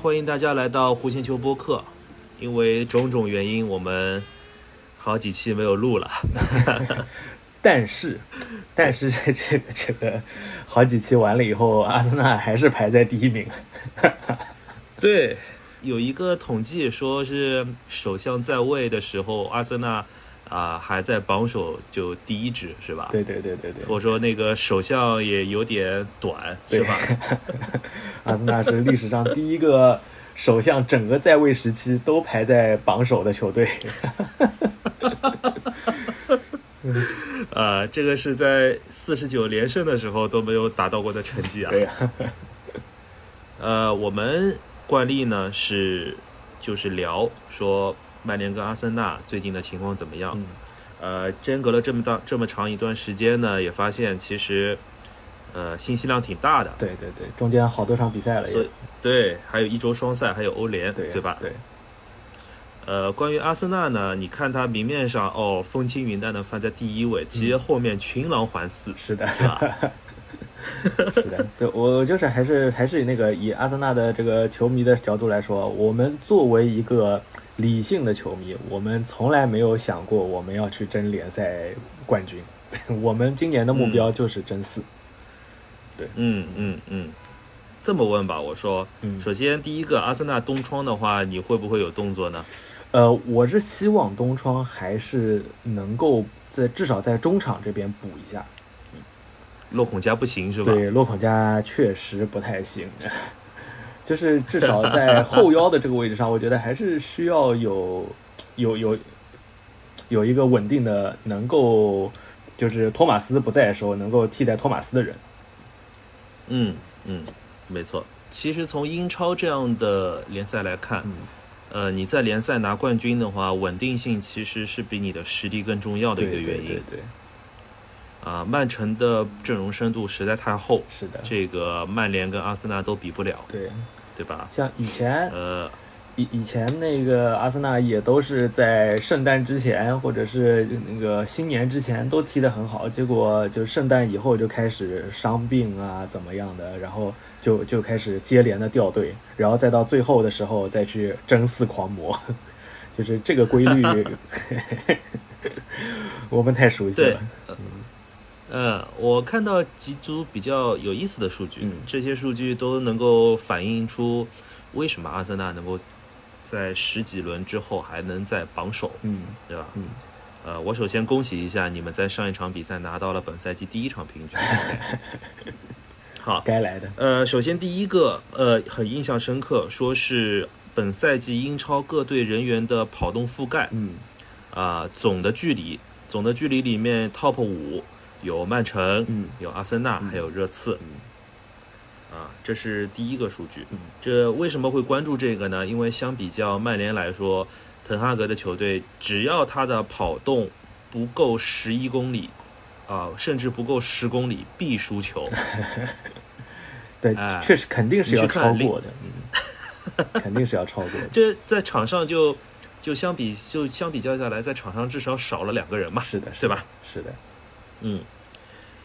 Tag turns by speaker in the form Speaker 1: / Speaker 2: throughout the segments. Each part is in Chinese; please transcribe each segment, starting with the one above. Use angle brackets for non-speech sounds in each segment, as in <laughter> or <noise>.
Speaker 1: 欢迎大家来到胡先球播客。因为种种原因，我们好几期没有录了。
Speaker 2: 但是，但是这这个这个好几期完了以后，阿森纳还是排在第一名。
Speaker 1: 对，有一个统计说是首相在位的时候，阿森纳啊、还在榜首就第一指是吧？
Speaker 2: 对对对对对，
Speaker 1: 我说那个首相也有点短是
Speaker 2: 对
Speaker 1: 吧？
Speaker 2: 阿森纳是历史上第一个首相整个在位时期都排在榜首的球队。
Speaker 1: 呃，这个是在四十九连胜的时候都没有达到过的成绩啊。
Speaker 2: 对呀，
Speaker 1: <laughs> 呃，我们惯例呢是就是聊说曼联跟阿森纳最近的情况怎么样。
Speaker 2: 嗯
Speaker 1: 呃，间隔了这么大这么长一段时间呢，也发现其实呃信息量挺大的。
Speaker 2: 对对对，中间好多场比赛了也，
Speaker 1: 所以对，还有一周双赛，还有欧联，
Speaker 2: 对呀
Speaker 1: 吧？
Speaker 2: 对，
Speaker 1: 呃，关于阿森纳呢，你看他明面上哦风轻云淡的放在第一位，其实后面群狼环伺，
Speaker 2: 嗯是的。
Speaker 1: 对吧？
Speaker 2: 是的，对我就是还是还是那个以阿森纳的这个球迷的角度来说，我们作为一个理性的球迷，我们从来没有想过我们要去争联赛冠军， <laughs> 我们今年的目标就是争四。
Speaker 1: 嗯嗯嗯，这么问吧，我说，
Speaker 2: 嗯
Speaker 1: 首先第一个阿森纳东窗的话，你会不会有动作呢？
Speaker 2: 呃，我是希望东窗还是能够在至少在中场这边补一下。
Speaker 1: 洛孔加不行是吧？
Speaker 2: 对，洛孔加确实不太行， <laughs> 就是至少在后腰的这个位置上，我觉得还是需要有有有有一个稳定的，能够就是托马斯不在的时候能够替代托马斯的人。
Speaker 1: 嗯嗯，没错。其实从英超这样的联赛来看，
Speaker 2: 嗯
Speaker 1: 呃，你在联赛拿冠军的话，稳定性其实是比你的实力更重要的一个原
Speaker 2: 对
Speaker 1: 因
Speaker 2: 对，
Speaker 1: 啊。曼城的阵容深度实在太厚，
Speaker 2: 是的，
Speaker 1: 这个曼联跟阿森纳都比不了，
Speaker 2: 对，
Speaker 1: 对吧？
Speaker 2: 像以前
Speaker 1: 呃，
Speaker 2: 以以前那个阿森纳也都是在圣诞之前或者是那个新年之前都踢得很好，结果就圣诞以后就开始伤病啊怎么样的，然后就就开始接连的掉队，然后再到最后的时候再去争四狂魔， <laughs> 就是这个
Speaker 1: <laughs>
Speaker 2: 规律， <laughs> 我们太熟悉
Speaker 1: 对
Speaker 2: 了。，
Speaker 1: 呃，我看到几组比较有意思的数据，
Speaker 2: 嗯
Speaker 1: 这些数据都能够反映出为什么阿森纳能够在十几轮之后还能在榜首，
Speaker 2: 嗯
Speaker 1: 对吧？
Speaker 2: 嗯
Speaker 1: 呃，我首先恭喜一下你们在上一场比赛拿到了本赛季第一场平局。 <laughs> 好，
Speaker 2: 该来的，
Speaker 1: 呃，首先第一个，呃，很印象深刻，说是本赛季英超各队人员的跑动覆盖，
Speaker 2: 嗯
Speaker 1: 啊、总的距离，总的距离里面 top 五有曼城，
Speaker 2: 嗯
Speaker 1: 有阿森纳，还有热刺。
Speaker 2: 嗯
Speaker 1: 啊，这是第一个数据
Speaker 2: 嗯。
Speaker 1: 这为什么会关注这个呢？因为相比较曼联来说，滕哈格的球队只要他的跑动不够十一公里，啊，甚至不够十公里，必输
Speaker 2: <laughs>
Speaker 1: 球。
Speaker 2: 对，
Speaker 1: 哎
Speaker 2: 确实肯定是要
Speaker 1: 你去看
Speaker 2: 超
Speaker 1: 另
Speaker 2: 过的，嗯，
Speaker 1: <laughs>
Speaker 2: 肯定是要超过的。
Speaker 1: 这在场上就就相比就相比较下来，在场上至少少了两个人嘛。
Speaker 2: 是的，是
Speaker 1: 对
Speaker 2: 的
Speaker 1: 吧？
Speaker 2: 是的，
Speaker 1: 嗯，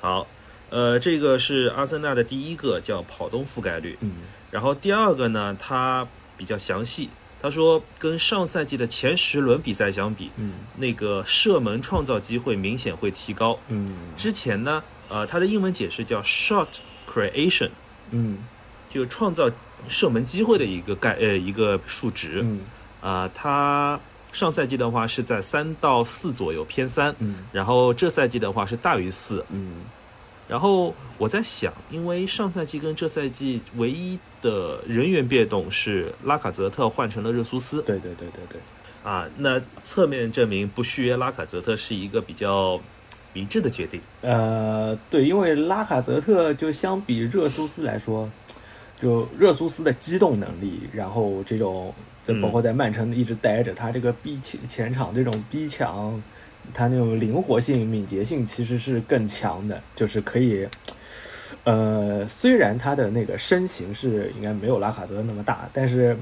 Speaker 1: 好，呃，这个是阿森纳的第一个叫跑动覆盖率，
Speaker 2: 嗯。
Speaker 1: 然后第二个呢，他比较详细，他说跟上赛季的前十轮比赛相比，
Speaker 2: 嗯
Speaker 1: 那个射门创造机会明显会提高。
Speaker 2: 嗯
Speaker 1: 之前呢，呃，它的英文解释叫 shot creation，
Speaker 2: 嗯
Speaker 1: 就创造射门机会的一个概呃一个数值
Speaker 2: 嗯
Speaker 1: 啊、它上赛季的话是在三到四左右偏三，
Speaker 2: 嗯
Speaker 1: 然后这赛季的话是大于四。
Speaker 2: 嗯
Speaker 1: 然后我在想，因为上赛季跟这赛季唯一的人员变动是拉卡泽特换成了热苏斯
Speaker 2: 对对对对对，
Speaker 1: 啊，那侧面证明不续约拉卡泽特是一个比较明智的决定。
Speaker 2: 呃，对，因为拉卡泽特就相比热苏斯来说，就热苏斯的机动能力，然后这种就包括在曼城一直待着，他这个逼前前场这种逼抢，他那种灵活性、敏捷性其实是更强的，就是可以。呃，虽然他的那个身形是应该没有拉卡泽特那么大，但是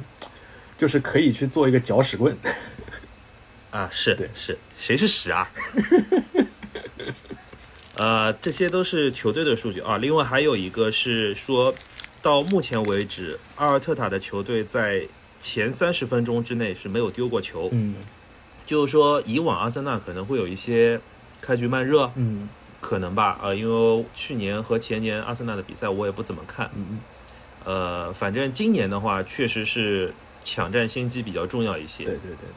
Speaker 2: 就是可以去做一个搅屎棍，
Speaker 1: 啊，是
Speaker 2: 对
Speaker 1: 是，谁是屎啊？ <laughs> 呃，这些都是球队的数据啊。另外还有一个是说，到目前为止，阿尔特塔的球队在前三十分钟之内是没有丢过球。
Speaker 2: 嗯
Speaker 1: 就是说，以往阿森纳可能会有一些开局慢热，
Speaker 2: 嗯
Speaker 1: 可能吧，呃，因为去年和前年阿森纳的比赛我也不怎么看，
Speaker 2: 嗯
Speaker 1: 呃，反正今年的话，确实是抢占先机比较重要一些。
Speaker 2: 对对对对，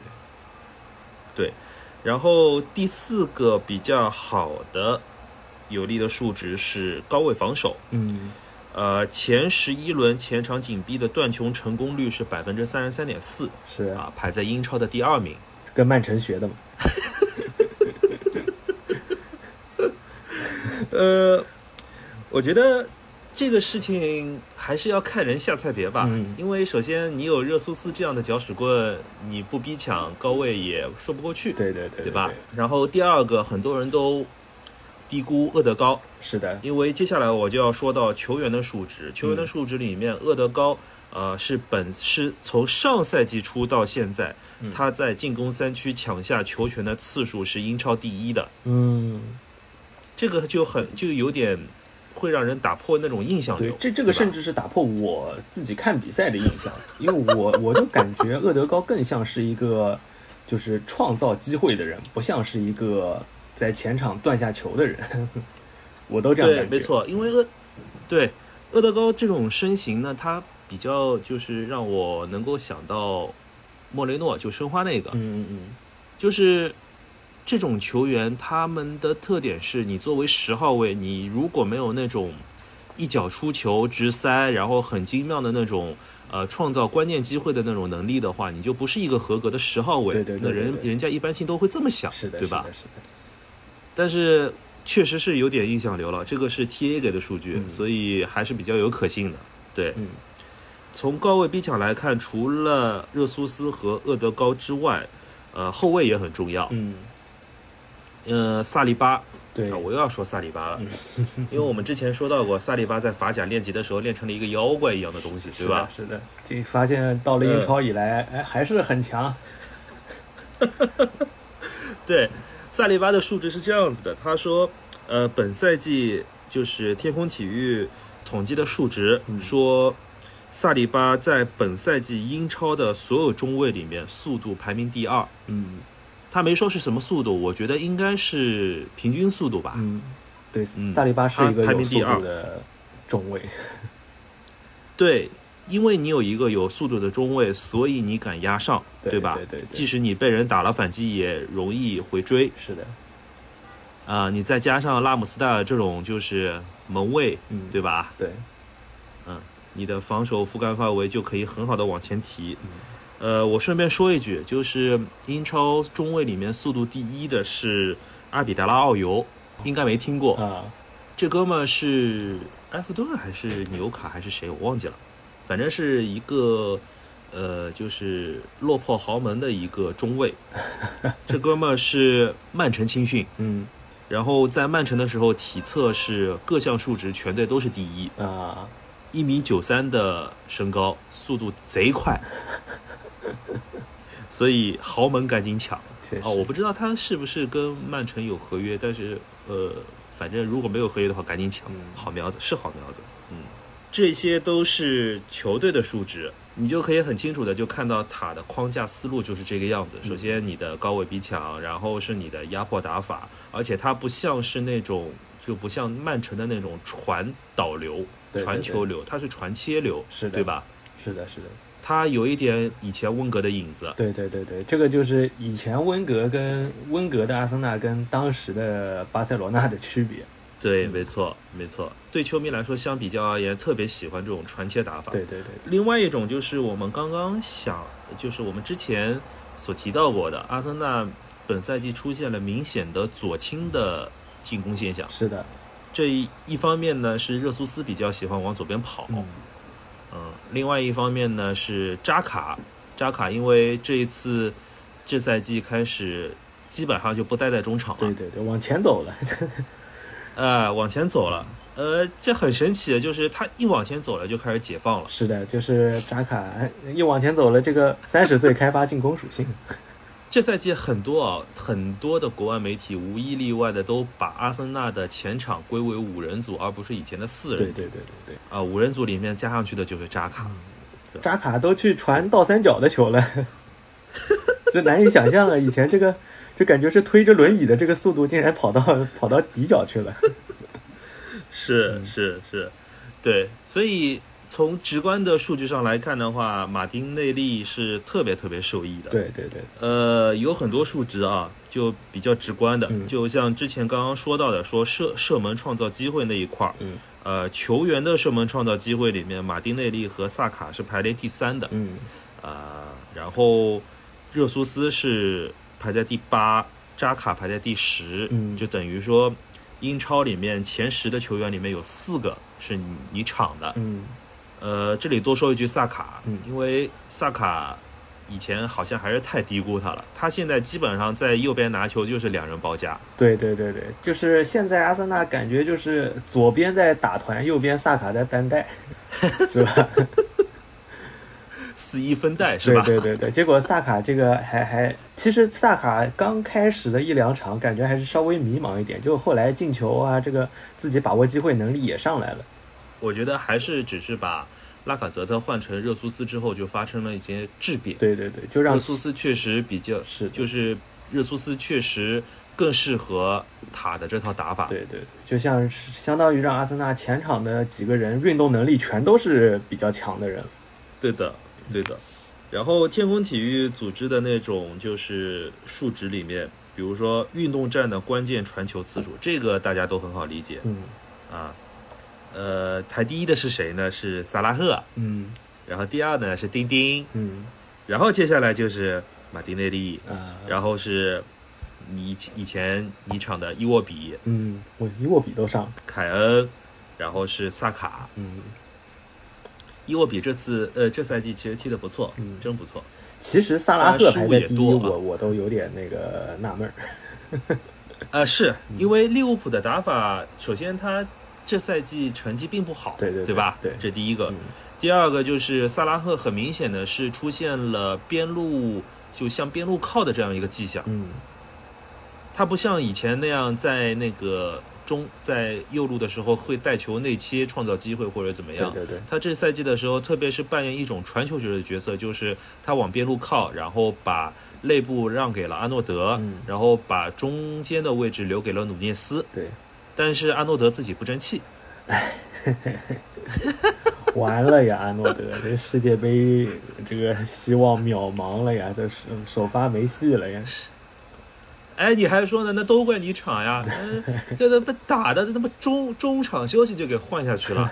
Speaker 1: 然后第四个比较好的有利的数值是高位防守，
Speaker 2: 嗯
Speaker 1: 呃，前十一轮前场紧逼的断球成功率是百分之三十三点四
Speaker 2: 是啊，
Speaker 1: 啊，排在英超的第二名。
Speaker 2: 跟曼城学的嘛，
Speaker 1: 呃，我觉得这个事情还是要看人下菜碟吧，
Speaker 2: 嗯
Speaker 1: 因为首先你有热苏斯这样的搅屎棍，你不逼抢高位也说不过去，
Speaker 2: 对对对
Speaker 1: 对吧？然后第二个，很多人都低估厄德高，
Speaker 2: 是的，
Speaker 1: 因为接下来我就要说到球员的数值，
Speaker 2: 嗯
Speaker 1: 球员的数值里面，厄德高。呃，是本是从上赛季初到现在，
Speaker 2: 嗯
Speaker 1: 他在进攻三区抢下球权的次数是英超第一的。
Speaker 2: 嗯，
Speaker 1: 这个就很就有点会让人打破那种印象
Speaker 2: 对
Speaker 1: 流，。
Speaker 2: 这这个
Speaker 1: 对吧
Speaker 2: 甚至是打破我自己看比赛的印象， <laughs> 因为我我就感觉厄德高更像是一个就是创造机会的人，不像是一个在前场断下球的人， <laughs> 我都这样
Speaker 1: 对，
Speaker 2: 感觉。
Speaker 1: 没，错，因为厄对厄德高这种身形呢，他比较就是让我能够想到莫雷诺，就申花那个，
Speaker 2: 嗯嗯嗯，
Speaker 1: 就是。这种球员，他们的特点是你作为十号位，你如果没有那种一脚出球、直塞，然后很精妙的那种呃创造关键机会的那种能力的话，你就不是一个合格的十号位。
Speaker 2: 对对对对
Speaker 1: 那人
Speaker 2: 对
Speaker 1: 人家一般性都会这么想，
Speaker 2: 是的，
Speaker 1: 对吧
Speaker 2: 是？的，是的，
Speaker 1: 但是确实是有点印象流了，这个是 TA 给的数据，
Speaker 2: 嗯
Speaker 1: 所以还是比较有可信的。对，
Speaker 2: 嗯
Speaker 1: 从高位逼抢来看，除了热苏斯和厄德高之外，呃，后卫也很重要。
Speaker 2: 嗯，
Speaker 1: 呃，萨利巴，
Speaker 2: 对嗯
Speaker 1: 啊，我又要说萨利巴了，因为我们之前说到过，萨利巴在法甲练级的时候练成了一个妖怪一样的东西，对
Speaker 2: 是的
Speaker 1: 吧，？
Speaker 2: 是的，这发现到了英超以来，哎，还是很强。
Speaker 1: 对，萨利巴的数值是这样子的，他说，呃，本赛季就是天空体育统计的数值，
Speaker 2: 嗯
Speaker 1: 说萨利巴在本赛季英超的所有中卫里面速度排名第二。
Speaker 2: 嗯
Speaker 1: 他没说是什么速度，我觉得应该是平均速度吧。
Speaker 2: 嗯，对，
Speaker 1: 嗯
Speaker 2: 萨利巴是一个
Speaker 1: 他排
Speaker 2: 有
Speaker 1: 名
Speaker 2: 速
Speaker 1: 第二
Speaker 2: 度的中卫。
Speaker 1: 对，因为你有一个有速度的中卫，所以你敢压上，
Speaker 2: 对
Speaker 1: 吧？
Speaker 2: 对对对
Speaker 1: 即使你被人打了反击，也容易回追
Speaker 2: 是的，
Speaker 1: 啊、你再加上拉姆斯戴尔这种就是门卫，
Speaker 2: 嗯，
Speaker 1: 对吧？
Speaker 2: 对，
Speaker 1: 你的防守覆盖范围就可以很好的往前提。呃，我顺便说一句，就是英超中卫里面速度第一的是阿比达拉奥尤，应该没听过。
Speaker 2: 啊，
Speaker 1: 这哥们儿是埃弗顿还是纽卡还是谁，我忘记了，反正是一个呃，就是落魄豪门的一个中卫。这哥们儿是曼城青训，
Speaker 2: 嗯
Speaker 1: 然后在曼城的时候体测是各项数值全队都是第一。
Speaker 2: 啊，
Speaker 1: 一米九三的身高，速度贼快，所以豪门赶紧抢
Speaker 2: 确实。
Speaker 1: 啊！我不知道他是不是跟曼城有合约，但是呃，反正如果没有合约的话，赶紧抢
Speaker 2: 嗯，
Speaker 1: 好苗子是好苗子。嗯，这些都是球队的数值，你就可以很清楚的就看到塔的框架思路就是这个样子。首先你的高位逼抢，然后是你的压迫打法，而且它不像是那种就不像曼城的那种传导流、
Speaker 2: 对对
Speaker 1: 传球流，它是传切流，
Speaker 2: 是的
Speaker 1: 对吧？
Speaker 2: 是的，是的，
Speaker 1: 它有一点以前温格的影子。
Speaker 2: 对对对对，这个就是以前温格跟温格的阿森纳跟当时的巴塞罗那的区别。嗯
Speaker 1: 对，没错，没错。对球迷来说，相比较而言，特别喜欢这种传切打法。
Speaker 2: 对对对，
Speaker 1: 另外一种就是我们刚刚想，就是我们之前所提到过的，阿森纳本赛季出现了明显的左倾的进攻现象。
Speaker 2: 是的，
Speaker 1: 这一一方面呢是热苏斯比较喜欢往左边跑，
Speaker 2: 嗯，
Speaker 1: 嗯，另外一方面呢是扎卡，扎卡因为这一次这赛季开始基本上就不待在中场了
Speaker 2: 对，对对，往前走了。
Speaker 1: 呃，往前走了。呃，这很神奇，就是他一往前走了就开始解放了。
Speaker 2: 是的，就是扎卡一往前走了，这个三十岁开发进攻属性。
Speaker 1: 这赛季很多啊，很多的国外媒体无一例外的都把阿森纳的前场归为五人组，而不是以前的四
Speaker 2: 对嗯
Speaker 1: 人组
Speaker 2: 对对对
Speaker 1: 啊、五人组里面加上去的就是扎卡，
Speaker 2: 对，扎卡都去传倒三角的球了， <laughs> 这难以想象啊！以前这个就感觉是推着轮椅的这个速度，竟然跑到跑到底角去了。
Speaker 1: 是是是，对，所以从直观的数据上来看的话，马丁内利是特别特别受益的。
Speaker 2: 对对对，
Speaker 1: 呃，有很多数值啊，就比较直观的，
Speaker 2: 嗯
Speaker 1: 就像之前刚刚说到的，说射射门创造机会那一块儿，
Speaker 2: 嗯
Speaker 1: 呃，球员的射门创造机会里面，马丁内利和萨卡是排列第三的，
Speaker 2: 嗯
Speaker 1: 啊，然后热苏斯是排在第八，扎卡排在第十，
Speaker 2: 嗯
Speaker 1: 就等于说英超里面前十的球员里面有四个是你你场的。
Speaker 2: 嗯
Speaker 1: 呃，这里多说一句萨卡，
Speaker 2: 嗯
Speaker 1: 因为萨卡以前好像还是太低估他了，他现在基本上在右边拿球就是两人包夹，
Speaker 2: 对对对对，就是现在阿森纳感觉就是左边在打团，右边萨卡在
Speaker 1: <laughs>
Speaker 2: 单带，是吧？
Speaker 1: 四一分带是
Speaker 2: 对
Speaker 1: 吧？
Speaker 2: 对对对，结果萨卡这个还还，其实萨卡刚开始的一两场感觉还是稍微迷茫一点，就后来进球啊，这个自己把握机会能力也上来了。
Speaker 1: 我觉得还是只是把拉卡泽特换成热苏斯之后就发生了一些质变。
Speaker 2: 对对对，就让
Speaker 1: 热苏斯确实比较
Speaker 2: 是的
Speaker 1: 就是热苏斯确实更适合塔的这套打法。
Speaker 2: 对对，就像是相当于让阿森纳前场的几个人运动能力全都是比较强的人。
Speaker 1: 对的，对的。然后天空体育组织的那种就是数值里面，比如说运动战的关键传球次数，这个大家都很好理解
Speaker 2: 嗯
Speaker 1: 啊。呃，排第一的是谁呢？是萨拉赫，
Speaker 2: 嗯
Speaker 1: 然后第二呢是丁丁，
Speaker 2: 嗯
Speaker 1: 然后接下来就是马丁内利，
Speaker 2: 啊，
Speaker 1: 然后是你以以前你场的伊沃比，
Speaker 2: 嗯，我伊沃比都上了。
Speaker 1: 凯恩，然后是萨卡。
Speaker 2: 嗯，
Speaker 1: 伊沃比这次呃这赛季其实踢得不错，
Speaker 2: 嗯
Speaker 1: 真不错。
Speaker 2: 其实萨拉赫排在第
Speaker 1: 但失
Speaker 2: 一，
Speaker 1: 误也多啊
Speaker 2: 我我都有点那个纳闷儿。
Speaker 1: 呃，是因为利物浦的打法，首先他这赛季成绩并不好，
Speaker 2: 对对对
Speaker 1: 吧？
Speaker 2: 对
Speaker 1: 这第一个。
Speaker 2: 嗯
Speaker 1: 第二个就是萨拉赫很明显的是出现了边路就向边路靠的这样一个迹象，
Speaker 2: 嗯
Speaker 1: 他不像以前那样在那个中在右路的时候会带球内切创造机会或者怎么
Speaker 2: 对
Speaker 1: 样。
Speaker 2: 对对，
Speaker 1: 他这赛季的时候，特别是扮演一种传球者的角色，就是他往边路靠，然后把内部让给了阿诺德，
Speaker 2: 嗯
Speaker 1: 然后把中间的位置留给了努涅斯。
Speaker 2: 对，
Speaker 1: 但是阿诺德自己不争气，
Speaker 2: 完了呀，阿诺德，这世界杯这个希望渺茫了呀，这首首发没戏了呀。
Speaker 1: 哎，你还说呢？那都怪你场呀，
Speaker 2: <laughs>
Speaker 1: 嗯这都被打的，他妈中中场休息就给换下去
Speaker 2: <laughs>
Speaker 1: 了。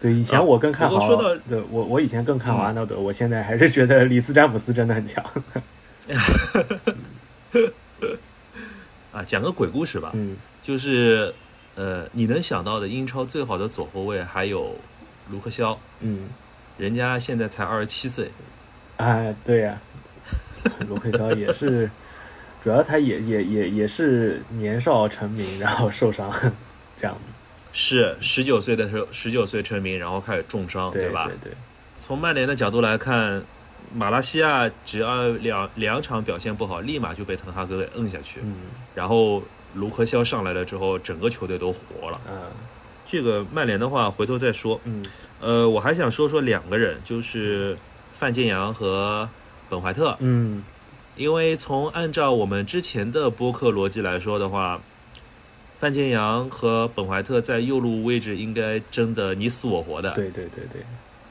Speaker 2: 对，以前我更看好，
Speaker 1: 不过啊说到嗯
Speaker 2: 对我我以前更看好阿诺德，我现在还是觉得里斯詹姆斯真的很强。
Speaker 1: 啊，讲个鬼故事吧，
Speaker 2: 嗯
Speaker 1: 就是呃，你能想到的英超最好的左后卫还有卢克肖，
Speaker 2: 嗯
Speaker 1: 人家现在才二十七岁，
Speaker 2: 啊，对呀、罗佩乔也是，主要他也也也也是年少成名，然后受伤这样子，
Speaker 1: 是十九岁的时候，十九岁成名，然后开始重伤，
Speaker 2: 对
Speaker 1: 哦吧？
Speaker 2: 对对
Speaker 1: 从曼联的角度来看，马来西亚只要两两场表现不好，立马就被滕哈格给摁下去。
Speaker 2: 嗯
Speaker 1: 然后卢克肖上来了之后，整个球队都活了。
Speaker 2: 啊
Speaker 1: 这个曼联的话，回头再说。
Speaker 2: 嗯
Speaker 1: 呃，我还想说说两个人，就是范建阳和本怀特。
Speaker 2: 嗯
Speaker 1: 因为从按照我们之前的播客逻辑来说的话，范建阳和本怀特在右路位置应该争得你死我活的。
Speaker 2: 对对对对，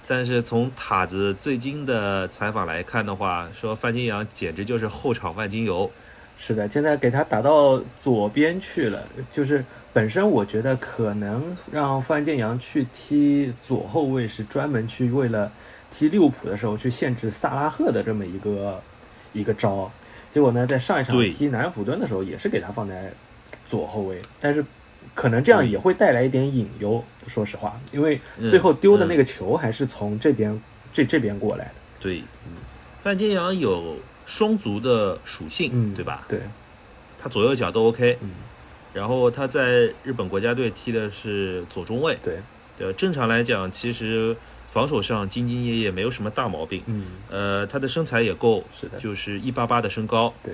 Speaker 1: 但是从塔子最近的采访来看的话，说范金阳简直就是后场万金油。
Speaker 2: 是的，现在给他打到左边去了，就是本身我觉得可能让范建阳去踢左后卫是专门去为了踢利物浦的时候去限制萨拉赫的这么一个一个招，结果呢，在上一场
Speaker 1: 对
Speaker 2: 踢南安普顿的时候也是给他放在左后卫，但是可能这样
Speaker 1: 对
Speaker 2: 也会带来一点隐忧，说实话，因为
Speaker 1: 嗯
Speaker 2: 最后丢的那
Speaker 1: 嗯
Speaker 2: 个球还是从这边、这这边过来的，
Speaker 1: 对，嗯范金阳有双足的属性，
Speaker 2: 嗯，
Speaker 1: 对吧？
Speaker 2: 对，
Speaker 1: 他左右脚都 OK。
Speaker 2: 嗯
Speaker 1: 然后他在日本国家队踢的是左中卫。呃
Speaker 2: 对，
Speaker 1: 对，正常来讲，其实防守上兢兢业业，没有什么大毛病。
Speaker 2: 嗯，
Speaker 1: 呃，他的身材也够，
Speaker 2: 是的，
Speaker 1: 就是一八八的身高，
Speaker 2: 对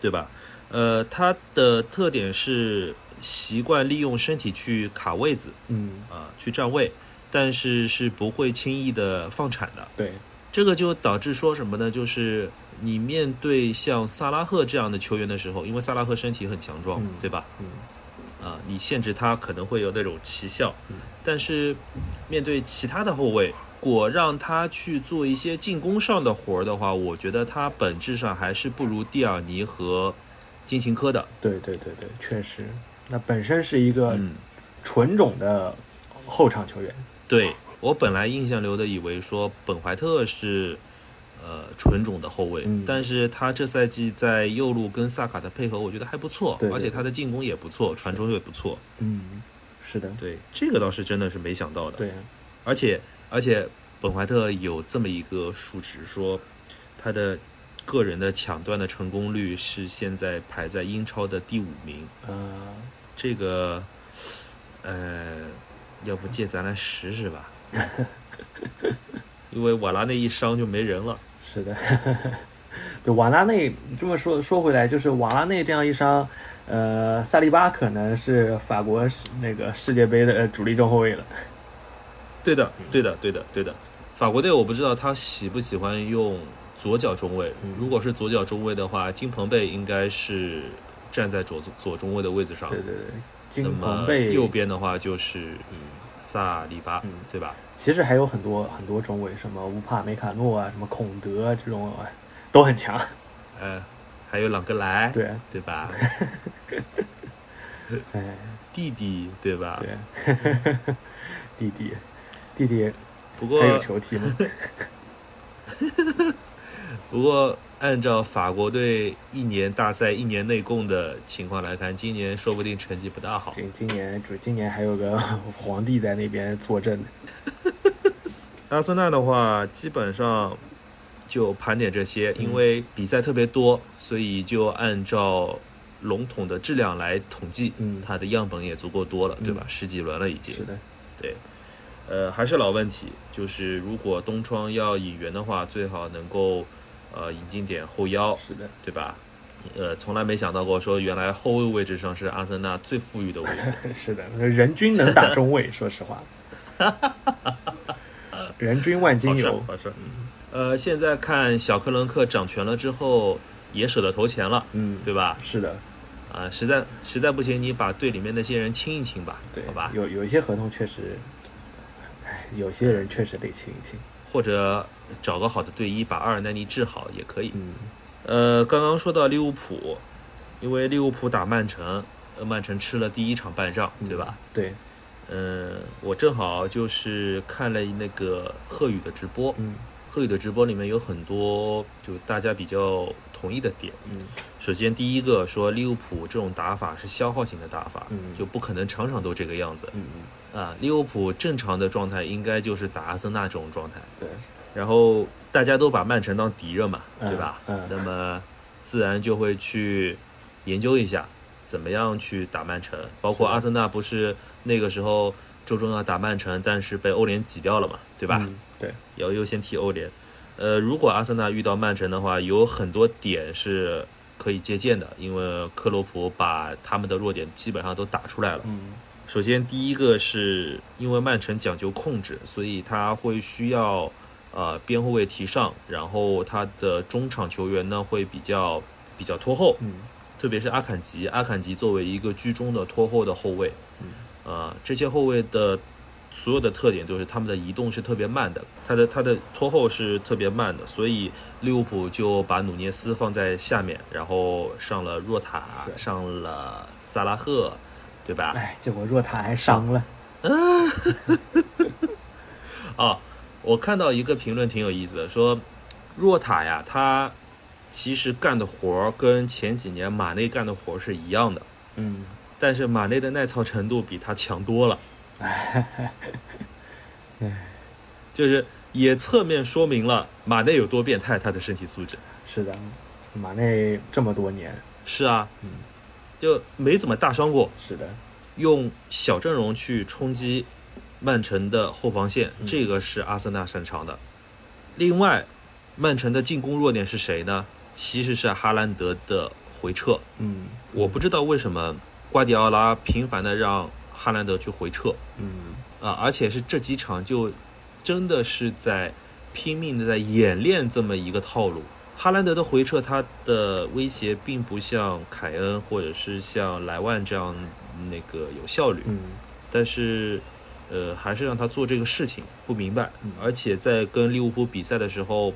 Speaker 1: 对吧？呃，他的特点是习惯利用身体去卡位子
Speaker 2: 嗯，
Speaker 1: 啊、去站位，但是是不会轻易的放铲的。
Speaker 2: 对，
Speaker 1: 这个就导致说什么呢？就是你面对像萨拉赫这样的球员的时候，因为萨拉赫身体很强壮，
Speaker 2: 嗯
Speaker 1: 对吧？
Speaker 2: 嗯，
Speaker 1: 啊、你限制他可能会有那种奇效
Speaker 2: 嗯，
Speaker 1: 但是面对其他的后卫，果让他去做一些进攻上的活儿的话，我觉得他本质上还是不如蒂尔尼和金琴科的。
Speaker 2: 对对对对，确实，那本身是一个
Speaker 1: 嗯，
Speaker 2: 纯种的后场球员，
Speaker 1: 对我本来印象流的以为说本怀特是。呃，纯种的后卫，
Speaker 2: 嗯
Speaker 1: 但是他这赛季在右路跟萨卡的配合，我觉得还不错，
Speaker 2: 对对
Speaker 1: 而且
Speaker 2: 对
Speaker 1: 他的进攻也不错，传中也不错。
Speaker 2: 嗯，是的，
Speaker 1: 对，这个倒是真的是没想到的。
Speaker 2: 对，
Speaker 1: 而且而且本怀特有这么一个数值，说他的个人的抢断的成功率是现在排在英超的第五名。
Speaker 2: 呃，
Speaker 1: 这个，呃，要不借咱来试试吧？因为瓦拉那一伤就没人了。
Speaker 2: 是的， <laughs> 对瓦拉内这么说说回来，就是瓦拉内这样一伤，呃，萨利巴可能是法国世那个世界杯的呃主力中后卫了。
Speaker 1: 对的，
Speaker 2: 嗯
Speaker 1: 对的，对的，对的。法国队我不知道他喜不喜欢用左脚中卫
Speaker 2: 嗯。
Speaker 1: 如果是左脚中卫的话，金彭贝应该是站在左左中卫的位置上。
Speaker 2: 对对对，
Speaker 1: 那
Speaker 2: 金
Speaker 1: 么
Speaker 2: 彭贝
Speaker 1: 右边的话就是嗯萨里巴，
Speaker 2: 嗯
Speaker 1: 对吧？
Speaker 2: 其实还有很多很多中卫，什么乌帕梅卡诺啊，什么孔德啊这种哎都很强。 <laughs>
Speaker 1: 呃，还有朗格莱，
Speaker 2: 对，
Speaker 1: 对吧？
Speaker 2: 哎，
Speaker 1: 弟弟，对吧？
Speaker 2: 对， <laughs> 弟弟，弟弟
Speaker 1: 不
Speaker 2: 还有
Speaker 1: 过
Speaker 2: 球踢吗？
Speaker 1: 不过，按照法国队一年大赛一年内供的情况来看，今年说不定成绩不大好。
Speaker 2: 今今年主今年还有个 <laughs> 皇帝在那边坐镇。
Speaker 1: 阿森纳的话，基本上就盘点这些，因为比赛特别
Speaker 2: 嗯
Speaker 1: 多，所以就按照笼统的质量来统计，
Speaker 2: 嗯
Speaker 1: 它的样本也足够多了，对吧？十几轮了已经。
Speaker 2: 是的，
Speaker 1: 呃，还是老问题，就是如果东窗要引援的话，最好能够呃引进点后腰，
Speaker 2: 是的，
Speaker 1: 对吧？呃，从来没想到过说原来后卫位置上是阿森纳最富裕的位置。
Speaker 2: 是的，人均能打中卫，说
Speaker 1: <laughs>
Speaker 2: 实话，人均万 <laughs> 金
Speaker 1: 好事儿
Speaker 2: 油，
Speaker 1: 好事儿。呃，现在看小克伦克掌权了之后，也舍得投钱了，
Speaker 2: 嗯，
Speaker 1: 对吧？
Speaker 2: 是的，
Speaker 1: 啊、实在实在不行，你把队里面那些人清一清吧，
Speaker 2: 对，
Speaker 1: 好吧？
Speaker 2: 有有一些合同确实，哎，有些人确实得清一清，
Speaker 1: 或者找个好的队医把阿尔奈尼治好也可以。
Speaker 2: 嗯，
Speaker 1: 呃，刚刚说到利物浦，因为利物浦打曼城，呃，曼城吃了第一场半仗，对吧？
Speaker 2: 对，
Speaker 1: 嗯、我正好就是看了那个贺宇的直播，
Speaker 2: 嗯
Speaker 1: 贺宇的直播里面有很多就大家比较同意的点。
Speaker 2: 嗯
Speaker 1: 首先，第一个说利物浦这种打法是消耗型的打法，
Speaker 2: 嗯
Speaker 1: 就不可能场场都这个样子
Speaker 2: 嗯，
Speaker 1: 啊。利物浦正常的状态应该就是打阿森纳这种状态，
Speaker 2: 对，
Speaker 1: 然后大家都把曼城当敌人嘛，
Speaker 2: 嗯
Speaker 1: 对吧？
Speaker 2: 嗯
Speaker 1: 那么自然就会去研究一下怎么样去打曼城，包括
Speaker 2: 是的
Speaker 1: 阿森纳不是那个时候周中要打曼城，但是被欧联挤掉了嘛，对吧？
Speaker 2: 嗯对，
Speaker 1: 要优先踢欧联。呃，如果阿森纳遇到曼城的话，有很多点是可以借鉴的，因为克洛普把他们的弱点基本上都打出来了。
Speaker 2: 嗯
Speaker 1: 首先，第一个是因为曼城讲究控制，所以他会需要呃边后卫提上，然后他的中场球员呢会比较比较拖后，
Speaker 2: 嗯
Speaker 1: 特别是阿坎吉，阿坎吉作为一个居中的拖后的后卫，
Speaker 2: 嗯，
Speaker 1: 呃，这些后卫的所有的特点就是他们的移动是特别慢的，他的他的拖后是特别慢的，所以利物浦就把努涅斯放在下面，然后上了若塔，
Speaker 2: 是
Speaker 1: 上了萨拉赫，对吧？
Speaker 2: 哎，结果若塔还伤了，
Speaker 1: 啊，我看到一个评论挺有意思的，说若塔呀，他其实干的活儿跟前几年马内干的活儿是一样的，
Speaker 2: 嗯，
Speaker 1: 但是马内的耐操程度比他强多了。就是也侧面说明了马内有多变态，他的身体素质。
Speaker 2: 是的，马内这么多年，
Speaker 1: 是啊
Speaker 2: 嗯，
Speaker 1: 就没怎么大伤过，
Speaker 2: 是的，
Speaker 1: 用小阵容去冲击曼城的后防线，这个是阿森纳擅长的。另外，曼城的进攻弱点是谁呢？其实是哈兰德的回撤。
Speaker 2: 嗯
Speaker 1: 我不知道为什么瓜迪奥拉频繁的让哈兰德去回撤
Speaker 2: 嗯
Speaker 1: 啊，而且是这几场就真的是在拼命的在演练这么一个套路。哈兰德的回撤，他的威胁并不像凯恩或者是像莱万这样那个有效率，
Speaker 2: 嗯
Speaker 1: 但是呃，还是让他做这个事情不明白
Speaker 2: 嗯。
Speaker 1: 而且在跟利物浦比赛的时候，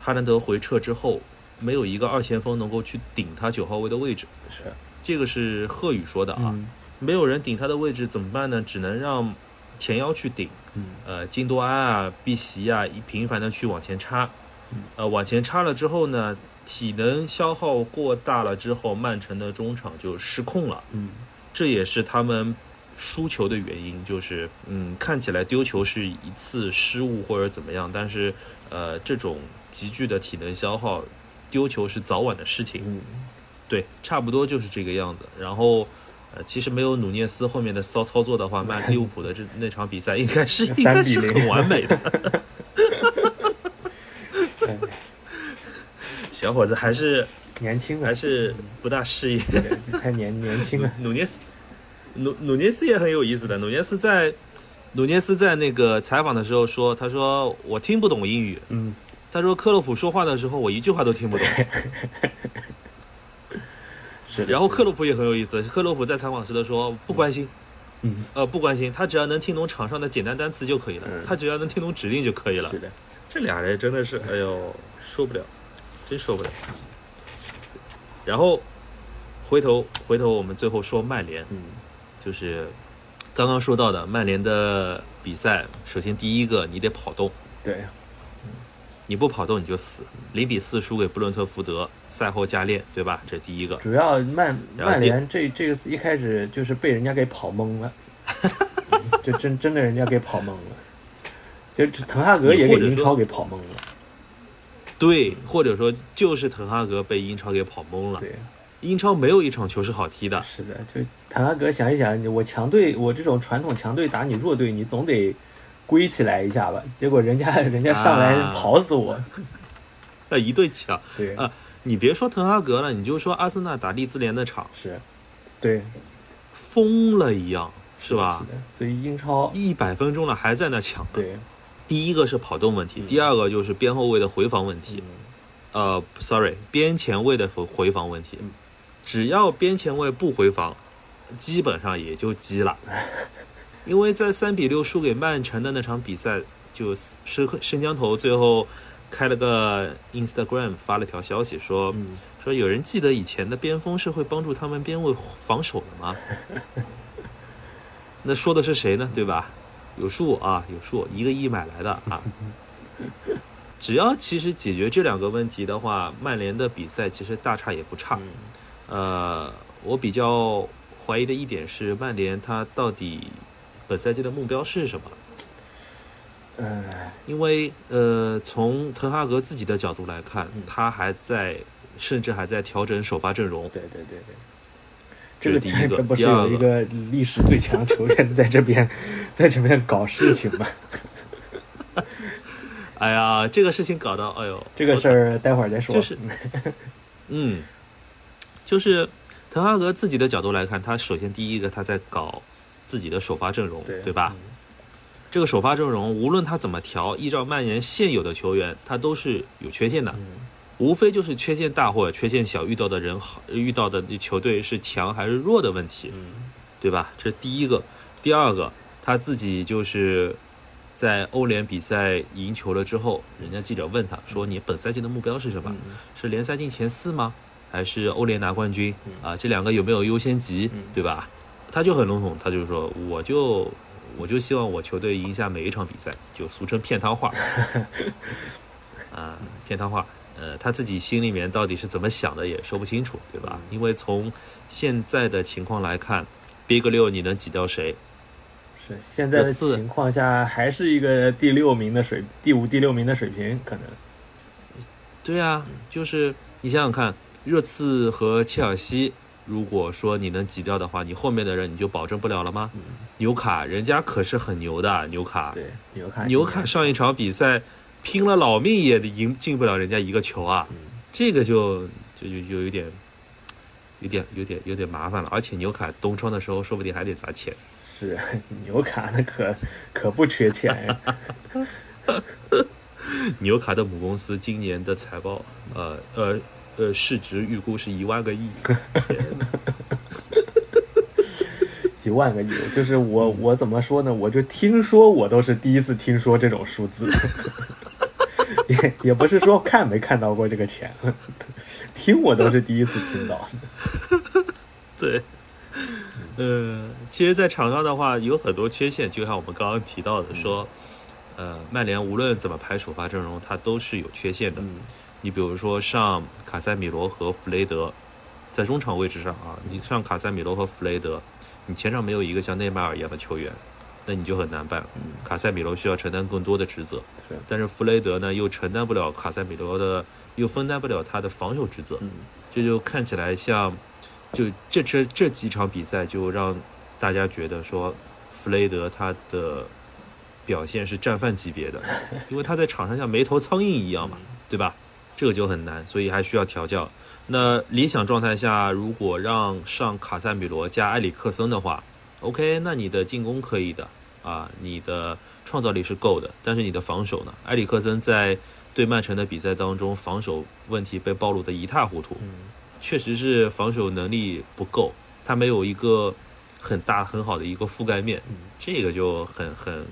Speaker 1: 哈兰德回撤之后，没有一个二前锋能够去顶他九号位的位置。
Speaker 2: 是
Speaker 1: 这个是贺宇说的啊，
Speaker 2: 嗯
Speaker 1: 没有人顶他的位置怎么办呢？只能让前腰去顶，
Speaker 2: 嗯
Speaker 1: 呃，金多安啊、碧玺啊，一频繁的去往前插
Speaker 2: 嗯，
Speaker 1: 呃，往前插了之后呢，体能消耗过大了之后，曼城的中场就失控了，
Speaker 2: 嗯
Speaker 1: 这也是他们输球的原因，就是嗯，看起来丢球是一次失误或者怎么样，但是呃，这种急剧的体能消耗，丢球是早晚的事情。
Speaker 2: 嗯
Speaker 1: 对，差不多就是这个样子。然后，呃，其实没有努涅斯后面的骚操作的话，曼利物浦的这那场比赛应该
Speaker 2: <laughs>
Speaker 1: 是应该是
Speaker 2: 3-0
Speaker 1: 很完美的。
Speaker 2: 哎
Speaker 1: 小伙子还是
Speaker 2: 年轻啊，
Speaker 1: 还是不大适应。
Speaker 2: 对太年年轻了。
Speaker 1: 努涅斯，努努涅斯也很有意思的。努涅斯在努涅斯在那个采访的时候说，他说我听不懂英语，
Speaker 2: 嗯，
Speaker 1: 他说克洛普说话的时候我一句话都听不懂。
Speaker 2: 是的。
Speaker 1: 然后克洛普也很有意思，克洛普在采访时的说不关心，
Speaker 2: 嗯，
Speaker 1: 呃，不关心，他只要能听懂场上的简单单词就可以了，
Speaker 2: 嗯
Speaker 1: 他只要能听懂指令就可以了。
Speaker 2: 是的，
Speaker 1: 这俩人真的是，哎呦，受不了，真受不了。然后回头回头，我们最后说曼联，
Speaker 2: 嗯
Speaker 1: 就是刚刚说到的曼联的比赛，首先第一个你得跑动，
Speaker 2: 对，
Speaker 1: 你不跑动你就死。零比四输给布伦特福德，赛后加练，对吧？这第一个。
Speaker 2: 主要曼
Speaker 1: 然后
Speaker 2: 曼
Speaker 1: 第
Speaker 2: 联这这个一开始就是被人家给跑懵了，嗯就真真的人家给跑懵了，就滕哈格也
Speaker 1: 或
Speaker 2: 给
Speaker 1: 者
Speaker 2: 英
Speaker 1: 说
Speaker 2: 超给跑懵了，
Speaker 1: 对，或者说就是滕哈格被英超给跑懵了。
Speaker 2: 对，
Speaker 1: 英超没有一场球是好踢的，
Speaker 2: 是的，就滕哈格想一想，你我强队，我这种传统强队打你弱队，你总得归起来一下吧。结
Speaker 1: <laughs>
Speaker 2: 果人家人家上来
Speaker 1: 啊
Speaker 2: 跑死我，
Speaker 1: 那一对强。
Speaker 2: 对，
Speaker 1: 啊你别说滕哈格了，你就说阿森纳打利兹联那场，
Speaker 2: 是，对，
Speaker 1: 疯了一样，是吧
Speaker 2: 是？的，所以英超，
Speaker 1: 一百分钟了还在那抢。
Speaker 2: 对，
Speaker 1: 第一个是跑动问题，
Speaker 2: 嗯
Speaker 1: 第二个就是边后卫的回防问
Speaker 2: 嗯
Speaker 1: 题。呃，sorry，边前卫的回回防问题
Speaker 2: 嗯。
Speaker 1: 只要边前卫不回防，基本上也就鸡了。因为在三比六输给曼城的那场比赛，就申申江头最后开了个 Instagram 发了条消息说，
Speaker 2: 嗯，
Speaker 1: 说有人记得以前的边锋是会帮助他们边卫防守的吗？ <laughs> 那说的是谁呢？对吧？有数啊，有数，一个亿买来的啊。只要其实解决这两个问题的话，曼联的比赛其实大差也不差。
Speaker 2: 嗯
Speaker 1: 呃，我比较怀疑的一点是，曼联他到底本赛季的目标是什么？
Speaker 2: 哎，
Speaker 1: 因为呃，从滕哈格自己的角度来看
Speaker 2: 嗯，
Speaker 1: 他还在，甚至还在调整首发阵容。
Speaker 2: 对对对对。
Speaker 1: 这
Speaker 2: 这个
Speaker 1: 是第
Speaker 2: 这
Speaker 1: 一个
Speaker 2: 这不是
Speaker 1: 第二
Speaker 2: 有一个历史最强球员在这边，在这边搞事情吗？
Speaker 1: 哎呀，这个事情搞到，哎呦，
Speaker 2: 这个事儿待会儿再说。
Speaker 1: 就是嗯，就是滕哈格自己的角度来看，他首先第一个他在搞自己的首发阵容，
Speaker 2: 对嗯
Speaker 1: 对吧？？这个首发阵容无论他怎么调，依照曼联现有的球员，他都是有缺陷的，
Speaker 2: 嗯
Speaker 1: 无非就是缺陷大或者缺陷小，遇到的人好，遇到的球队是强还是弱的问题。
Speaker 2: 嗯
Speaker 1: 对吧？这是第一个，第二个，他自己就是在欧联比赛赢球了之后，人家记者问他说：“你本赛季的目标是什么？
Speaker 2: 嗯
Speaker 1: 是联赛进前四吗？还是欧联拿冠军
Speaker 2: 嗯？
Speaker 1: 啊，这两个有没有优先级
Speaker 2: 嗯？
Speaker 1: 对吧？”他就很笼统，他就说：“我就我就希望我球队赢下每一场比赛，就俗称片汤话。”
Speaker 2: <laughs>
Speaker 1: 啊，片汤话。呃，他自己心里面到底是怎么想的也说不清楚，对吧？
Speaker 2: 嗯
Speaker 1: 因为从现在的情况来看，Big 六你能挤掉谁？
Speaker 2: 是现在的
Speaker 1: 有次
Speaker 2: 情况下，还是一个第六名的水，第五、第六名的水平，可能嗯
Speaker 1: 对啊，就是你想想看，热刺和切尔西如果说你能挤掉的话，你后面的人你就保证不了了吗？
Speaker 2: 嗯，
Speaker 1: 纽卡人家可是很牛的，啊纽卡，
Speaker 2: 对，啊纽卡
Speaker 1: 纽卡上一场比赛拼了老命也赢进不了人家一个球啊，
Speaker 2: 嗯
Speaker 1: 这个就就就有一点，有点有点有点麻烦了。而且纽卡冬窗的时候说不定还得砸钱。
Speaker 2: 是 <laughs> 纽卡那可可不缺钱，
Speaker 1: 纽卡的母公司今年的财报，呃呃呃，市值预估是一万
Speaker 2: <laughs>
Speaker 1: 个亿。
Speaker 2: 一万个亿，就是我我怎么说呢？我就听说，我都是第一次听说这种数字， <laughs> 也也不是说看没看到过这个钱， <laughs> 听我都是第一次听到。
Speaker 1: <laughs> 对，呃，其实，在场上的话有很多缺陷，就像我们刚刚提到的，说，呃，曼联无论怎么排首发阵容，它都是有缺陷的。
Speaker 2: 嗯
Speaker 1: 你比如说上卡塞米罗和弗雷德，在中场位置上啊，你上卡塞米罗和弗雷德，你前场没有一个像内马尔一样的球员，那你就很难办。
Speaker 2: 嗯，
Speaker 1: 卡塞米罗需要承担更多的职责，
Speaker 2: 是，
Speaker 1: 但是弗雷德呢又承担不了卡塞米罗的，又分担不了他的防守职责，
Speaker 2: 嗯
Speaker 1: 这就看起来像，就这这这几场比赛就让大家觉得说，弗雷德他的表现是战犯级别的，因为他在场上像没头苍蝇一样嘛，对吧？这个就很难，所以还需要调教。那理想状态下，如果让上卡塞米罗加埃里克森的话，OK，那你的进攻可以的啊，你的创造力是够的，但是你的防守呢？埃里克森在对曼城的比赛当中，防守问题被暴露得一塌糊涂，
Speaker 2: 嗯
Speaker 1: 确实是防守能力不够，他没有一个很大很好的一个覆盖面，
Speaker 2: 嗯
Speaker 1: 这个就很很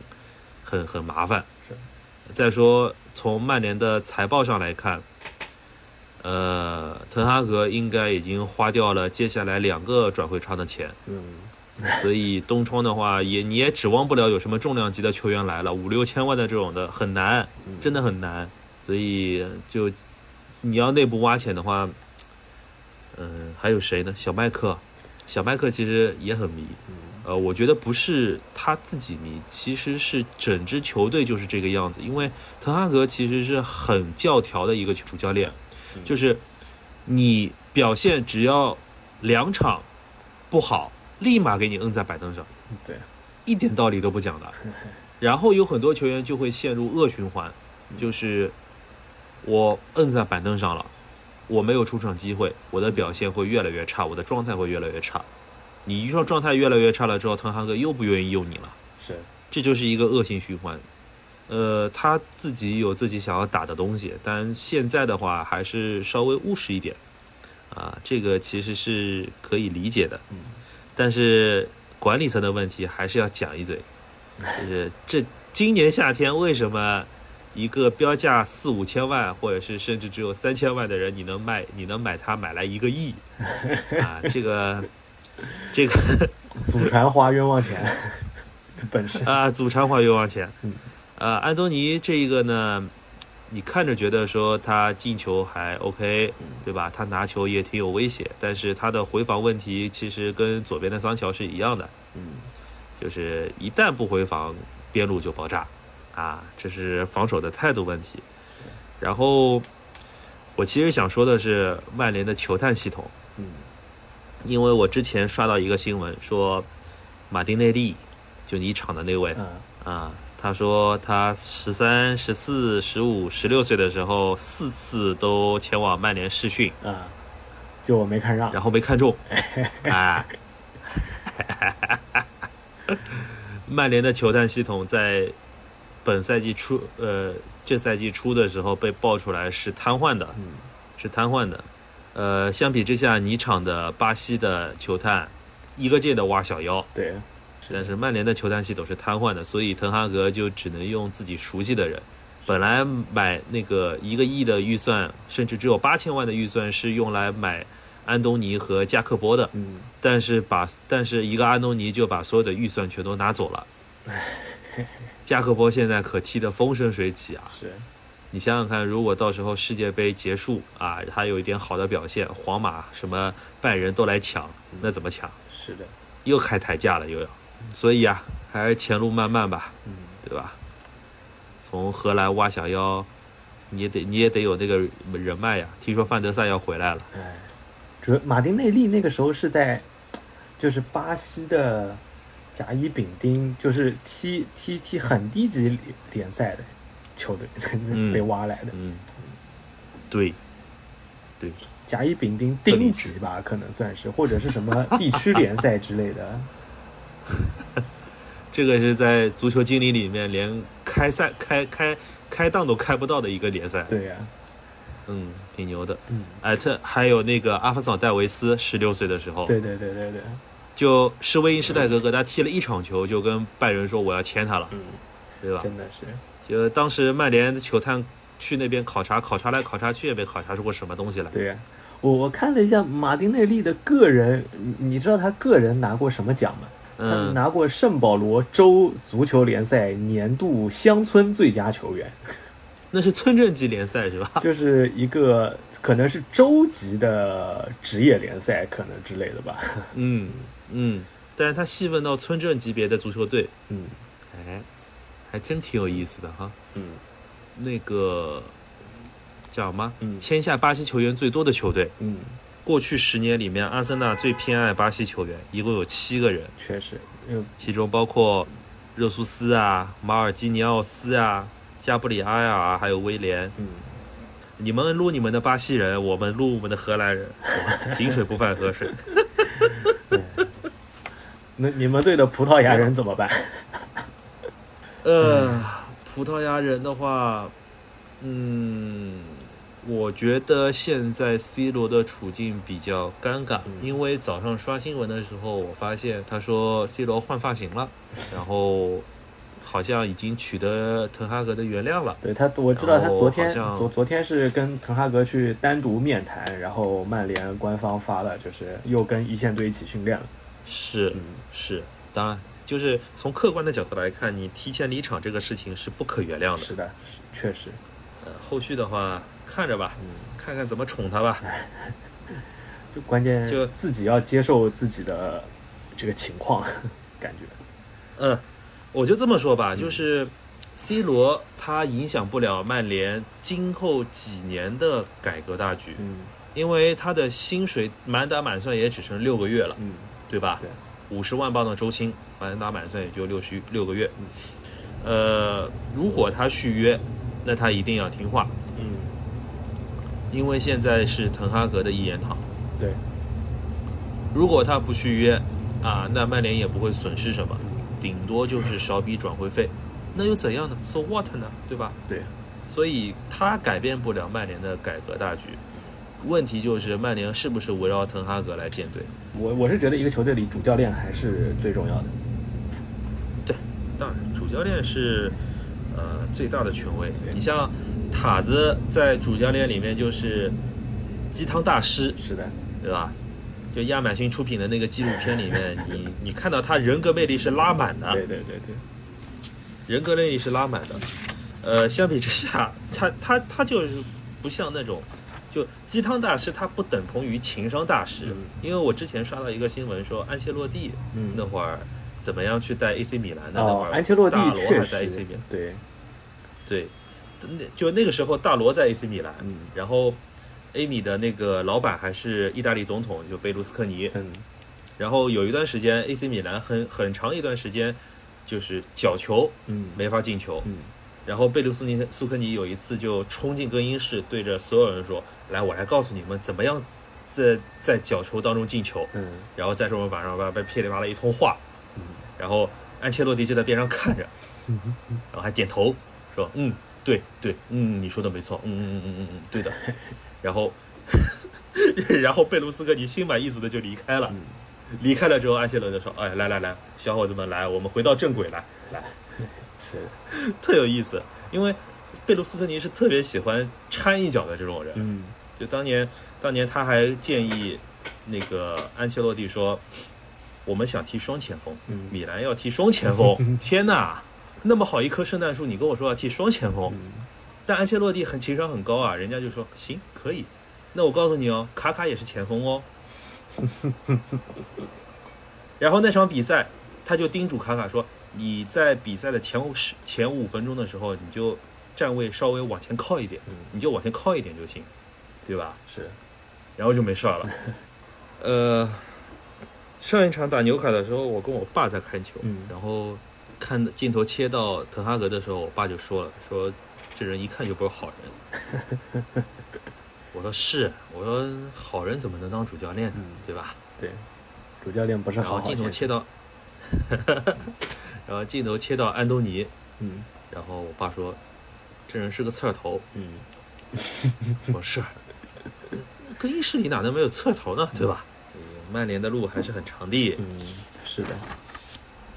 Speaker 1: 很很麻烦
Speaker 2: 是。
Speaker 1: 再说从曼联的财报上来看，呃，滕哈格应该已经花掉了接下来两个转会窗的钱，
Speaker 2: 嗯，
Speaker 1: 所以东窗的话也你也指望不了有什么重量级的球员来了，五六千万的这种的很难，
Speaker 2: 嗯
Speaker 1: 真的很难。所以就你要内部挖潜的话，嗯，还有谁呢？小麦克，小麦克其实也很迷。
Speaker 2: 嗯
Speaker 1: 呃，我觉得不是他自己迷，其实是整支球队就是这个样子。因为滕哈格其实是很教条的一个主教练，
Speaker 2: 嗯
Speaker 1: 就是你表现只要两场不好，立马给你摁在板凳上。
Speaker 2: 对，
Speaker 1: 一点道理都不讲的。然后有很多球员就会陷入恶循环，就是我摁在板凳上了，我没有出场机会，我的表现会越来越差，我的状态会越来越差。你一上状态越来越差了之后，滕哈格又不愿意用你了，
Speaker 2: 是，
Speaker 1: 这就是一个恶性循环。呃，他自己有自己想要打的东西，但现在的话还是稍微务实一点，啊，这个其实是可以理解的。
Speaker 2: 嗯
Speaker 1: 但是管理层的问题还是要讲一嘴，就是这今年夏天为什么一个标价四五千万，或者是甚至只有三千万的人，你能卖你能买他买来一个亿啊？这个这个
Speaker 2: 祖传花冤枉 <laughs> 钱，本 <laughs> 身
Speaker 1: 啊，祖传花冤枉钱
Speaker 2: 嗯。
Speaker 1: 呃，安东尼这一个呢，你看着觉得说他进球还 OK，对
Speaker 2: 嗯
Speaker 1: 吧？他拿球也挺有威胁，但是他的回防问题其实跟左边的桑乔是一样的。
Speaker 2: 嗯
Speaker 1: 就是一旦不回防，边路就爆炸，啊，这是防守的态度问题。然后我其实想说的是，曼联的球探系统，
Speaker 2: 嗯
Speaker 1: 因为我之前刷到一个新闻说，马丁内利，就你场的那位
Speaker 2: 嗯
Speaker 1: 啊，他说他十三、十四、十五、十六岁的时候，四次都前往曼联试训，
Speaker 2: 啊，就我没看上，
Speaker 1: 然后没看中，啊。曼联的球探系统在本赛季初，呃，这赛季初的时候被爆出来是瘫痪的，
Speaker 2: 嗯
Speaker 1: 是瘫痪的。呃，相比之下，泥场的巴西的球探一个劲的挖小腰，
Speaker 2: 对，
Speaker 1: 但是曼联的球探系统是瘫痪的，所以滕哈格就只能用自己熟悉的人。本来买那个一个亿的预算，甚至只有八千万的预算是用来买安东尼和加克波的，
Speaker 2: 嗯
Speaker 1: 但是把但是一个安东尼就把所有的预算全都拿走了。 <laughs> 加克波现在可踢得风生水起啊！
Speaker 2: 是，
Speaker 1: 你想想看，如果到时候世界杯结束啊，他有一点好的表现，皇马什么拜仁都来抢，那怎么抢？
Speaker 2: 是的，
Speaker 1: 又开抬价了又要。所以啊，还是前路漫漫吧，
Speaker 2: 嗯
Speaker 1: 对吧？从荷兰挖小妖，你也得你也得有那个人脉呀、听说范德萨要回来了，
Speaker 2: 哎，主要马丁内利那个时候是在，就是巴西的甲乙丙丁，就是踢踢踢很低级联联赛的球队 <laughs>
Speaker 1: 嗯
Speaker 2: 被挖来的，
Speaker 1: 嗯，对，对，
Speaker 2: 甲乙丙丁
Speaker 1: 特地
Speaker 2: 丁
Speaker 1: 踢
Speaker 2: 级吧，可能算是，或者是什么地区联赛之类 <laughs> 的。
Speaker 1: 这个是在足球经理里面连开赛开开开档都开不到的一个联赛，
Speaker 2: 对呀、
Speaker 1: 嗯，挺牛的。
Speaker 2: 嗯，
Speaker 1: 艾特还有那个阿弗桑戴维斯，十六岁的时候，
Speaker 2: 对对对对对，
Speaker 1: 就施威因施泰格给他踢了一场球，就跟拜仁说我要签他了，
Speaker 2: 嗯，
Speaker 1: 对吧？
Speaker 2: 真的是，
Speaker 1: 就当时曼联的球探去那边考察，考察来考察去也没考察出过什么东西来。
Speaker 2: 对呀、我我看了一下马丁内利的个人，你你知道他个人拿过什么奖吗？他
Speaker 1: 嗯，
Speaker 2: 拿过圣保罗州足球联赛年度乡村最佳球员，
Speaker 1: 那是村镇级联赛是吧？
Speaker 2: 就是一个可能是州级的职业联赛，可能之类的吧。
Speaker 1: <laughs> 嗯嗯，但是他细分到村镇级别的足球队，
Speaker 2: 嗯
Speaker 1: 哎，还真挺有意思的哈。
Speaker 2: 嗯
Speaker 1: 那个叫什么？
Speaker 2: 嗯
Speaker 1: 签下巴西球员最多的球队，
Speaker 2: 嗯，
Speaker 1: 过去十年里面，阿森纳最偏爱巴西球员，一共有七个人，
Speaker 2: 确实，嗯
Speaker 1: 其中包括热苏斯啊、马尔基尼奥斯啊、加布里埃尔啊，还有威廉。
Speaker 2: 嗯，
Speaker 1: 你们录你们的巴西人，我们录我们的荷兰人，井水不犯河 <laughs> 水。
Speaker 2: 那你们队的葡萄牙人怎么办？
Speaker 1: 哦呃，葡萄牙人的话，嗯，我觉得现在 C 罗的处境比较尴尬，
Speaker 2: 嗯
Speaker 1: 因为早上刷新闻的时候，我发现他说 C 罗换发型了，然后好像已经取得滕哈格的原谅了。
Speaker 2: 对他，我知道他
Speaker 1: 然后
Speaker 2: 昨天
Speaker 1: 哦好像
Speaker 2: 昨昨天是跟滕哈格去单独面谈，然后曼联官方发了，就是又跟一线队一起训练了。
Speaker 1: 是
Speaker 2: 嗯
Speaker 1: 是，当然。就是从客观的角度来看，你提前离场这个事情是不可原谅的。
Speaker 2: 是的，是确实，
Speaker 1: 呃，后续的话看着
Speaker 2: 嗯
Speaker 1: 吧，看看怎么宠他吧。
Speaker 2: 就关键
Speaker 1: 就
Speaker 2: 自己要接受自己的这个情况， <laughs> 感觉。
Speaker 1: 嗯，我就这么说
Speaker 2: 嗯
Speaker 1: 吧，就是 C 罗他影响不了曼联今后几年的改革大局，
Speaker 2: 嗯
Speaker 1: 因为他的薪水满打满算也只剩六个月了，
Speaker 2: 嗯
Speaker 1: 对吧
Speaker 2: 对？
Speaker 1: 五十万镑的周薪，满打满算也就六十六个月。
Speaker 2: 嗯
Speaker 1: 呃，如果他续约，那他一定要听话，
Speaker 2: 嗯，
Speaker 1: 因为现在是滕哈格的一言堂。
Speaker 2: 对，
Speaker 1: 如果他不续约，啊，那曼联也不会损失什么，顶多就是少笔转会费，那又怎样呢？So what 呢？对吧？
Speaker 2: 对，
Speaker 1: 所以他改变不了曼联的改革大局。问题就是曼联是不是围绕滕哈格来建队？
Speaker 2: 我我是觉得一个球队里主教练还是最重要的。
Speaker 1: 对，当然主教练是呃最大的权威。你像塔子在主教练里面就是鸡汤大师，
Speaker 2: 是的，
Speaker 1: 对吧？就亚马逊出品的那个纪录片里面，你你看到他人格魅力是拉满的，
Speaker 2: 对对对对，
Speaker 1: 人格魅力是拉满的。呃，相比之下，他他他就是不像那种，就鸡汤大师，他不等同于情商大师。
Speaker 2: 嗯
Speaker 1: 因为我之前刷到一个新闻说，安切洛蒂
Speaker 2: 嗯
Speaker 1: 那会儿怎么样去带 AC 米兰的？那会
Speaker 2: 哦
Speaker 1: 儿，
Speaker 2: 安切洛蒂
Speaker 1: 大罗
Speaker 2: 确
Speaker 1: 还在 AC
Speaker 2: 实
Speaker 1: 米兰，
Speaker 2: 对，
Speaker 1: 对，那就那个时候大罗在 AC 米兰，
Speaker 2: 嗯
Speaker 1: 然后 A 米的那个老板还是意大利总统，就贝卢斯科尼。
Speaker 2: 嗯
Speaker 1: 然后有一段时间，AC 米兰很很长一段时间就是角球
Speaker 2: 嗯
Speaker 1: 没法进球。
Speaker 2: 嗯
Speaker 1: 然后贝卢斯尼苏科尼有一次就冲进更衣室，对着所有人说：“来，我来告诉你们怎么样在在角球当中进球。
Speaker 2: 嗯”
Speaker 1: 然后在这种晚上吧，被噼里啪啦一通话，
Speaker 2: 嗯
Speaker 1: 然后安切洛蒂就在边上看着，然后还点头说：“嗯，对对，嗯，你说的没错，嗯嗯嗯嗯嗯嗯，对的。”然后， <laughs> 然后贝卢斯科尼心满意足的就离开了。
Speaker 2: 嗯
Speaker 1: 离开了之后，安切洛蒂说：“哎，来来来，小伙子们来，我们回到正轨来来。”
Speaker 2: 是的，
Speaker 1: 特有意思，因为贝卢斯科尼是特别喜欢掺一脚的这种人。
Speaker 2: 嗯
Speaker 1: 就当年，当年他还建议那个安切洛蒂说，我们想踢双前锋，
Speaker 2: 嗯
Speaker 1: 米兰要踢双前锋。天哪，那么好一棵圣诞树，你跟我说要踢双前锋，
Speaker 2: 嗯
Speaker 1: 但安切洛蒂很情商很高啊，人家就说行可以。那我告诉你哦，卡卡也是前锋哦。然后那场比赛，他就叮嘱卡卡说：“你在比赛的前五十前五分钟的时候，你就站位稍微往前靠一点
Speaker 2: 嗯，
Speaker 1: 你就往前靠一点就行，对吧
Speaker 2: 是，？” <laughs>
Speaker 1: 然后就没事儿了。呃，上一场打纽卡的时候，我跟我爸在看球，
Speaker 2: 嗯
Speaker 1: 然后看镜头切到滕哈格的时候，我爸就说了，说这人一看就不是好人。
Speaker 2: <laughs>
Speaker 1: 我说是，我说好人怎么能当主教练呢？
Speaker 2: 嗯
Speaker 1: 对吧？
Speaker 2: 对，主教练不是
Speaker 1: 然后
Speaker 2: 好好
Speaker 1: 镜头
Speaker 2: 先
Speaker 1: 切
Speaker 2: 生，
Speaker 1: 到， <laughs> 然后镜头切到安东尼，
Speaker 2: 嗯
Speaker 1: 然后我爸说，这人是个刺儿头。
Speaker 2: 嗯，
Speaker 1: 我说 <laughs> 是，更衣室里哪能没有刺儿头呢？对吧？嗯曼联的路还是很长的。
Speaker 2: 嗯，是的，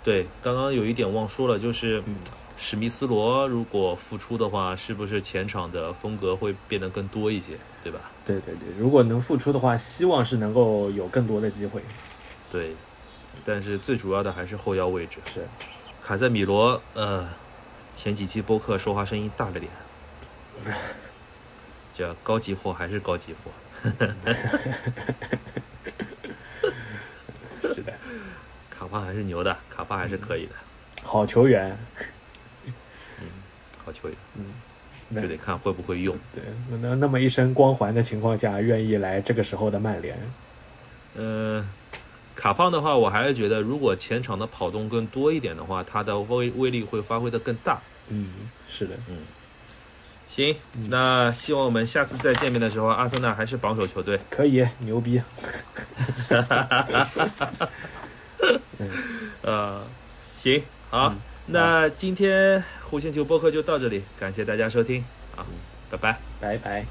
Speaker 1: 对，刚刚有一点忘说了，就是
Speaker 2: 嗯
Speaker 1: 史密斯罗如果复出的话，是不是前场的风格会变得更多一些，对吧？
Speaker 2: 对对对，如果能复出的话，希望是能够有更多的机会。
Speaker 1: 对，但是最主要的还是后腰位置。
Speaker 2: <laughs> 是，
Speaker 1: 卡塞米罗，呃，前几期播客说话声音大了点，这高级货还是高级货。
Speaker 2: 是的，
Speaker 1: 卡帕还是牛的，卡帕还是可以的，
Speaker 2: 好球员，
Speaker 1: 好球员，
Speaker 2: 嗯，那
Speaker 1: 就得看会不会用。
Speaker 2: 对，那那么一身光环的情况下，愿意来这个时候的曼联，
Speaker 1: 呃，卡胖的话，我还是觉得，如果前场的跑动更多一点的话，他的威威力会发挥的更大。
Speaker 2: 嗯，是的，
Speaker 1: 行，那希望我们下次再见面的时候，阿森纳还是榜首球队。
Speaker 2: 可以，牛逼，
Speaker 1: 呃，行，好，那嗯今天弧线球播客就到这里，感谢大家收听，好，拜拜。
Speaker 2: 拜拜。